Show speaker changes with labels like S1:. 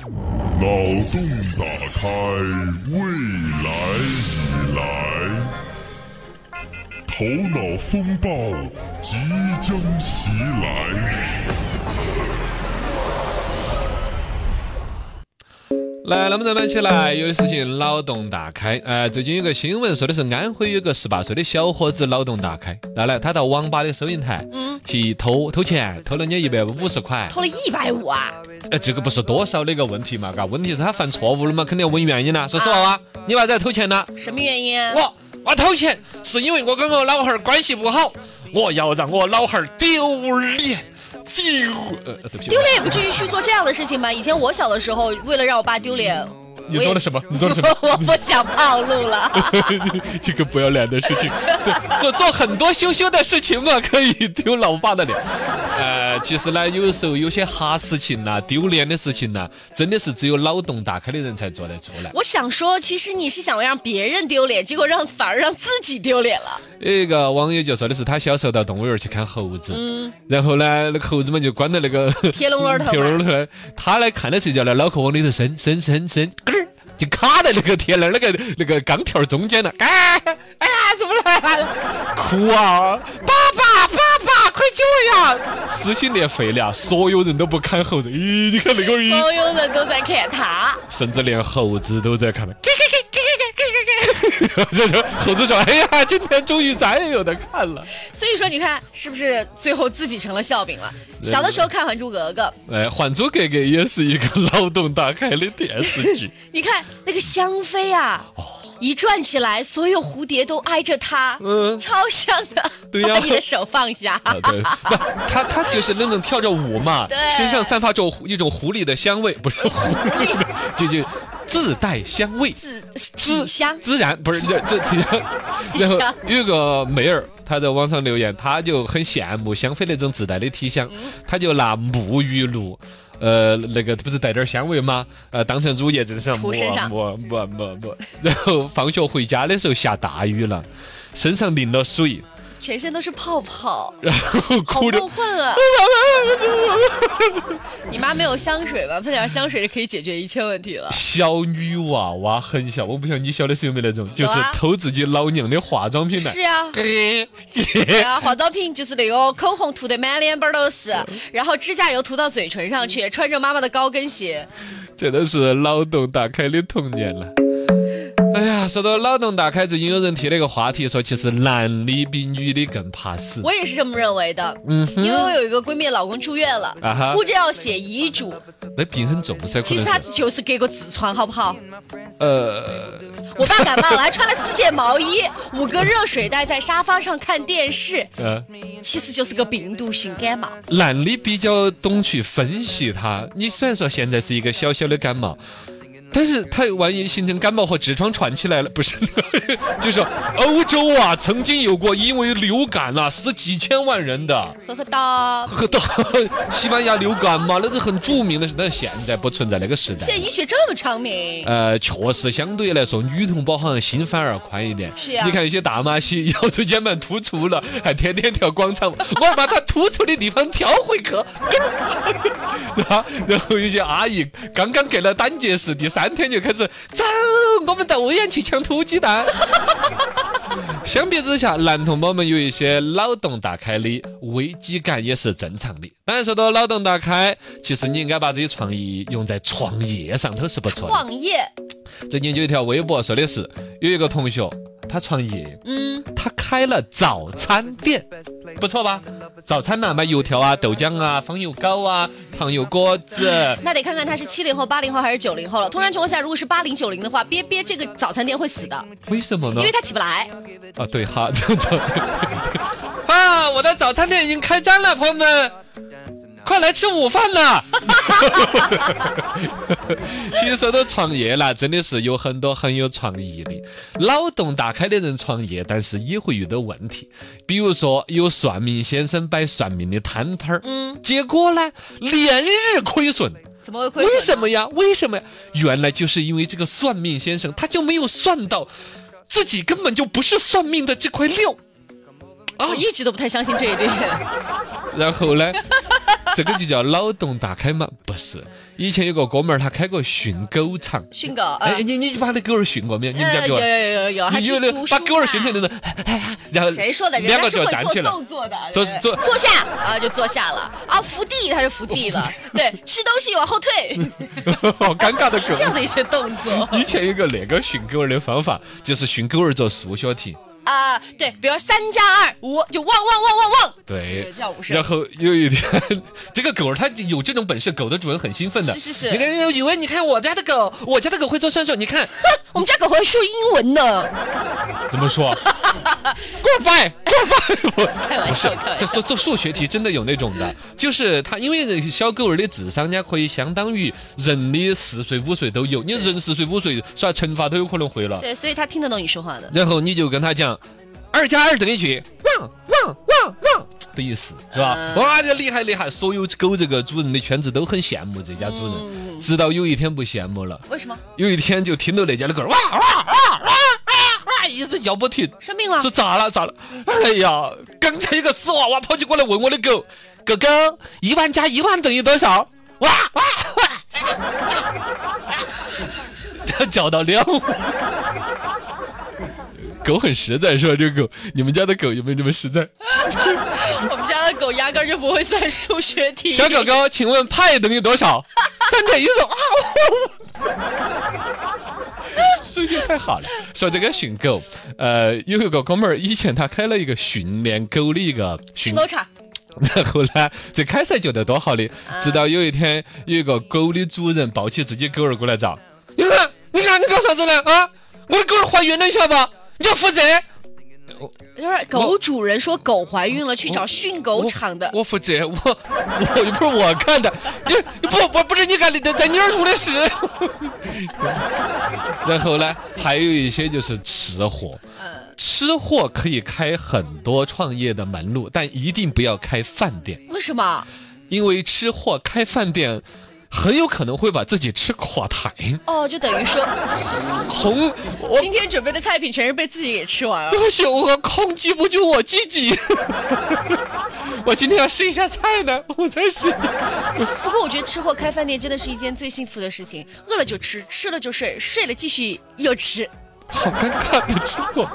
S1: 脑洞打开，未来已来，头脑风暴即将袭来。
S2: 来，那么咱们一起来，有的事情脑洞大开。呃，最近有个新闻说的是安徽有个十八岁的小伙子脑洞大开，来了，他到网吧的收银台
S3: 嗯，
S2: 去偷偷钱，偷了人家一百五十块。
S3: 偷了一百五啊！
S2: 呃，这个不是多少的一个问题嘛，嘎，问题是他犯错误了嘛，肯定要问原因啊啦。说实话
S3: 啊
S2: 哇，你娃子在偷钱呢？
S3: 什么原因？啊
S2: 我我偷钱是因为我跟我老汉儿关系不好，我要让我老汉儿丢脸，丢呃，对不起，
S3: 丢脸也不至于去做这样的事情吧？以前我小的时候，为了让我爸丢脸，
S2: 你
S3: 我也
S2: 做了什么？你做了什么？
S3: 我不想暴露了。
S2: 这个不要脸的事情，对 做做很多羞羞的事情嘛，可以丢老爸的脸。呃，其实呢，有时候有些哈事情呐、丢脸的事情呐、真的是只有脑洞大开的人才做得出来。
S3: 我想说，其实你是想让别人丢脸，结果让反而让自己丢脸了。
S2: 有一个网友就说的是，他小时候到动物园去看猴子，然后呢，那个猴子们就关到那个
S3: 嗯 铁笼笼头嘛啊
S2: 铁笼头来，他呢看着睡觉了，脑壳往里头伸伸伸伸，咯儿就卡在那个铁笼那个那个钢条中间了，哎哎呀，怎么来了？哭啊！爸爸爸爸，快救我呀！撕心裂肺的啊，所有人都不看猴子，咦，你看那个鱼，
S3: 所有人都在看他，
S2: 甚至连猴子都在 看了。 这就猴子说：“哎呀，今天终于咱也有的看了。”
S3: 所以说你看是不是最后自己成了笑柄了？小的时候看《还珠格格》，
S2: 哎，《还珠格格》也是一个脑洞大开的电视剧。
S3: 你看那个香妃啊，
S2: 哦
S3: 一转起来，所有蝴蝶都挨着她，
S2: 嗯
S3: 超香的。
S2: 对呀
S3: 把你的手放下。
S2: 啊，对，不，他他就是那种跳着舞嘛，
S3: 对
S2: 身上散发着狐一种狐狸的香味，不是狐狸的，就就自带香味，
S3: 自体香，
S2: 孜然不是这这体香。然后有个妹儿，她在网上留言，她就很羡慕香妃那种自带的体
S3: 嗯
S2: 香，她就拿沐浴露。呃，那个不是带点香味吗？呃，当成乳液在身上
S3: 涂
S2: 抹
S3: 身上
S2: 抹抹抹抹，然后放学回家的时候下大雨了，身上淋了水，
S3: 全身都是泡泡，
S2: 然后
S3: 好
S2: 哭着
S3: 梦 幻啊！你妈没有香水吧？喷点香水就可以解决一切问题了。
S2: 小女娃娃很小，我不晓得你小的时候有没有那种，就是
S3: 啊
S2: 偷自己老娘的化妆品来。
S3: 是啊呀、对啊，化妆品就是那个口红涂的满脸包都是，然后指甲油涂到嘴唇上去，穿着妈妈的高跟鞋。
S2: 真的是脑洞大开的童年了。哎呀，说到脑洞大开，最近有人提了一个话题，说其实男的比女的更怕死。
S3: 我也是这么认为的，
S2: 嗯
S3: 因为
S2: 哼，
S3: 我有一个闺蜜，老公住院了
S2: 啊哈，
S3: 哭着要写遗嘱，
S2: 那病很重噻，可
S3: 其实他
S2: 能是。
S3: 就是给个痔疮，好不好？
S2: 呃，
S3: 我爸感冒了，还穿了四件毛衣，五个热水袋，在沙发上看电视，
S2: 呃，
S3: 其实就是个病毒性感冒。
S2: 男的比较懂去分析它。你虽然说现在是一个小小的感冒，但是它万一形成感冒和痔疮串起来了，不是？ 就是欧洲啊，曾经有过因为流感啊死几千万人的。
S3: 呵呵哒。
S2: 喝到西班牙流感嘛，那是很著名的事，但现在不存在那个时代
S3: 现在。医学这么昌明，
S2: 呃，确实相对来说，女同胞好像心反而宽一点。
S3: 是啊
S2: 你看有些大妈些腰椎间盘突出了，还天天跳广场舞，我要把她突出的地方调回去。 是吧？然后有些阿姨刚刚给了胆结石，第三天就开始走，我们到屋檐去抢土鸡蛋。 相比之下，男同胞们有一些脑洞大开的危机感也是正常的。当然，说到脑洞大开，其实你应该把这些创意用在创业上头是不错的。
S3: 创业，
S2: 最近就有一条微博说的是，有一个同学他创业，
S3: 嗯，
S2: 他开了早餐店，不错吧？早餐呐、卖油条啊、豆浆啊、方油糕啊、糖油果子。啊
S3: 那得看看他是七零后、八零后还是九零后了。通常情况下，如果是八零、九零的话，憋憋这个早餐店会死的，
S2: 为什么呢
S3: 因为？他起不来。
S2: 啊，对哈， 早早。啊，我的早餐店已经开张了，朋友们，快来吃午饭啦！ 其实说到创业啦，真的是有很多很有创意的、脑洞大开的人创业，但是也会遇到问题。比如说，有算命先生摆算命的摊摊儿，
S3: 嗯，
S2: 结果呢，连日亏损。
S3: 怎么会亏损？
S2: 为什么？呀？为什么呀？原来就是因为这个算命先生他就没有算到，自己根本就不是算命的这 块料。
S3: 我一直都不太相信这一点。
S2: 然后呢，这个就叫脑洞大开嘛？不是，以前有个哥们儿，他开过训狗场。
S3: 训狗，
S2: 哎，
S3: 嗯
S2: 你你把那狗儿训过没有？你们家
S3: 呃
S2: 狗儿？
S3: 有有有有有，还
S2: 你
S3: 去
S2: 有的
S3: 读书
S2: 把狗儿训
S3: 嘛
S2: 成那种，然后
S3: 谁说的？人
S2: 两
S3: 家
S2: 个
S3: 是
S2: 脚站起
S3: 会做
S2: 来，
S3: 动作的，
S2: 坐
S3: 对
S2: 坐
S3: 坐下啊，就坐下了啊，伏地他就伏地了，
S2: 哦
S3: 对，吃东西往 后退，
S2: 好尴尬的
S3: 是这样
S2: 狗。
S3: 的一些动作
S2: 以前有个那个训狗儿的方法，就是训狗儿做数学题。
S3: 啊，对，比如三加二五就汪汪汪汪汪，
S2: 对
S3: 这叫五声
S2: 然后又有一点，这个狗儿它有这种本事，狗的主人很兴奋的。
S3: 是是是
S2: 你看，以为你看我家的狗，我家的狗会做算术，你看
S3: 我们家狗会说英文呢。
S2: 怎么 说？Goodbye，Goodbye
S3: 哎
S2: 我。
S3: 开玩
S2: 不是
S3: 笑，开，玩
S2: 这
S3: 笑。
S2: 做做数学题真的有那种的，就是它，因为小狗儿的智商家可以相当于人的四岁五岁都有，你人四岁五岁耍乘法都有可能会了。
S3: 对，所以他听得懂你说话的。
S2: 然后你就跟他讲，二加二等于几？汪汪汪汪的意思是吧？
S3: 嗯
S2: 哇，这厉害厉害！所有狗这个主人的圈子都很羡慕这家主人，直到有一天不羡慕了，
S3: 为什么？
S2: 有一天就听到那家的狗儿哇哇哇哇哇哇一直叫不停，
S3: 生病 了？
S2: 说咋了咋了？哎呀，刚才有个死娃娃跑起过来问我的狗，狗狗一万加一万等于多少？哇哇哇！他叫到两万。狗很实在，是吧？这个狗，你们家的狗有没有这么实在？
S3: 我们家的狗压根儿就不会算数学 题。
S2: 小狗狗，请问派等于多少？三点一走啊！ 数学太好了。说这个训狗，呃，有一个哥们儿，以前他开了一个训练狗的一个
S3: 训狗场，
S2: 然 后呢，最开始还觉得多好的，
S3: 嗯
S2: 直到有一天有一个狗的主人抱起自己狗儿过来找，你看，你看，你搞啥子呢？啊，我的狗儿怀孕了，你晓得吧？你要负责。
S3: 就是狗主人说狗怀孕了，去找训狗场的。
S2: 我负责，我我又不是我干的，你不我不是你干的，在在你那儿出的事。 然后呢，还有一些就是吃货，
S3: 嗯，
S2: 吃货可以开很多创业的门路，但一定不要开饭店。
S3: 为什么？
S2: 因为吃货开饭店，很有可能会把自己吃垮台。
S3: 哦，就等于说
S2: 控我
S3: 今天准备的菜品全是被自己给吃完了。
S2: 不行，我控制不住我自己。 我今天要试一下菜呢，我才试一下。
S3: 不过我觉得吃货开饭店真的是一件最幸福的事情，饿了就吃，吃了就睡，睡了继续又吃。
S2: 好尴尬的吃货。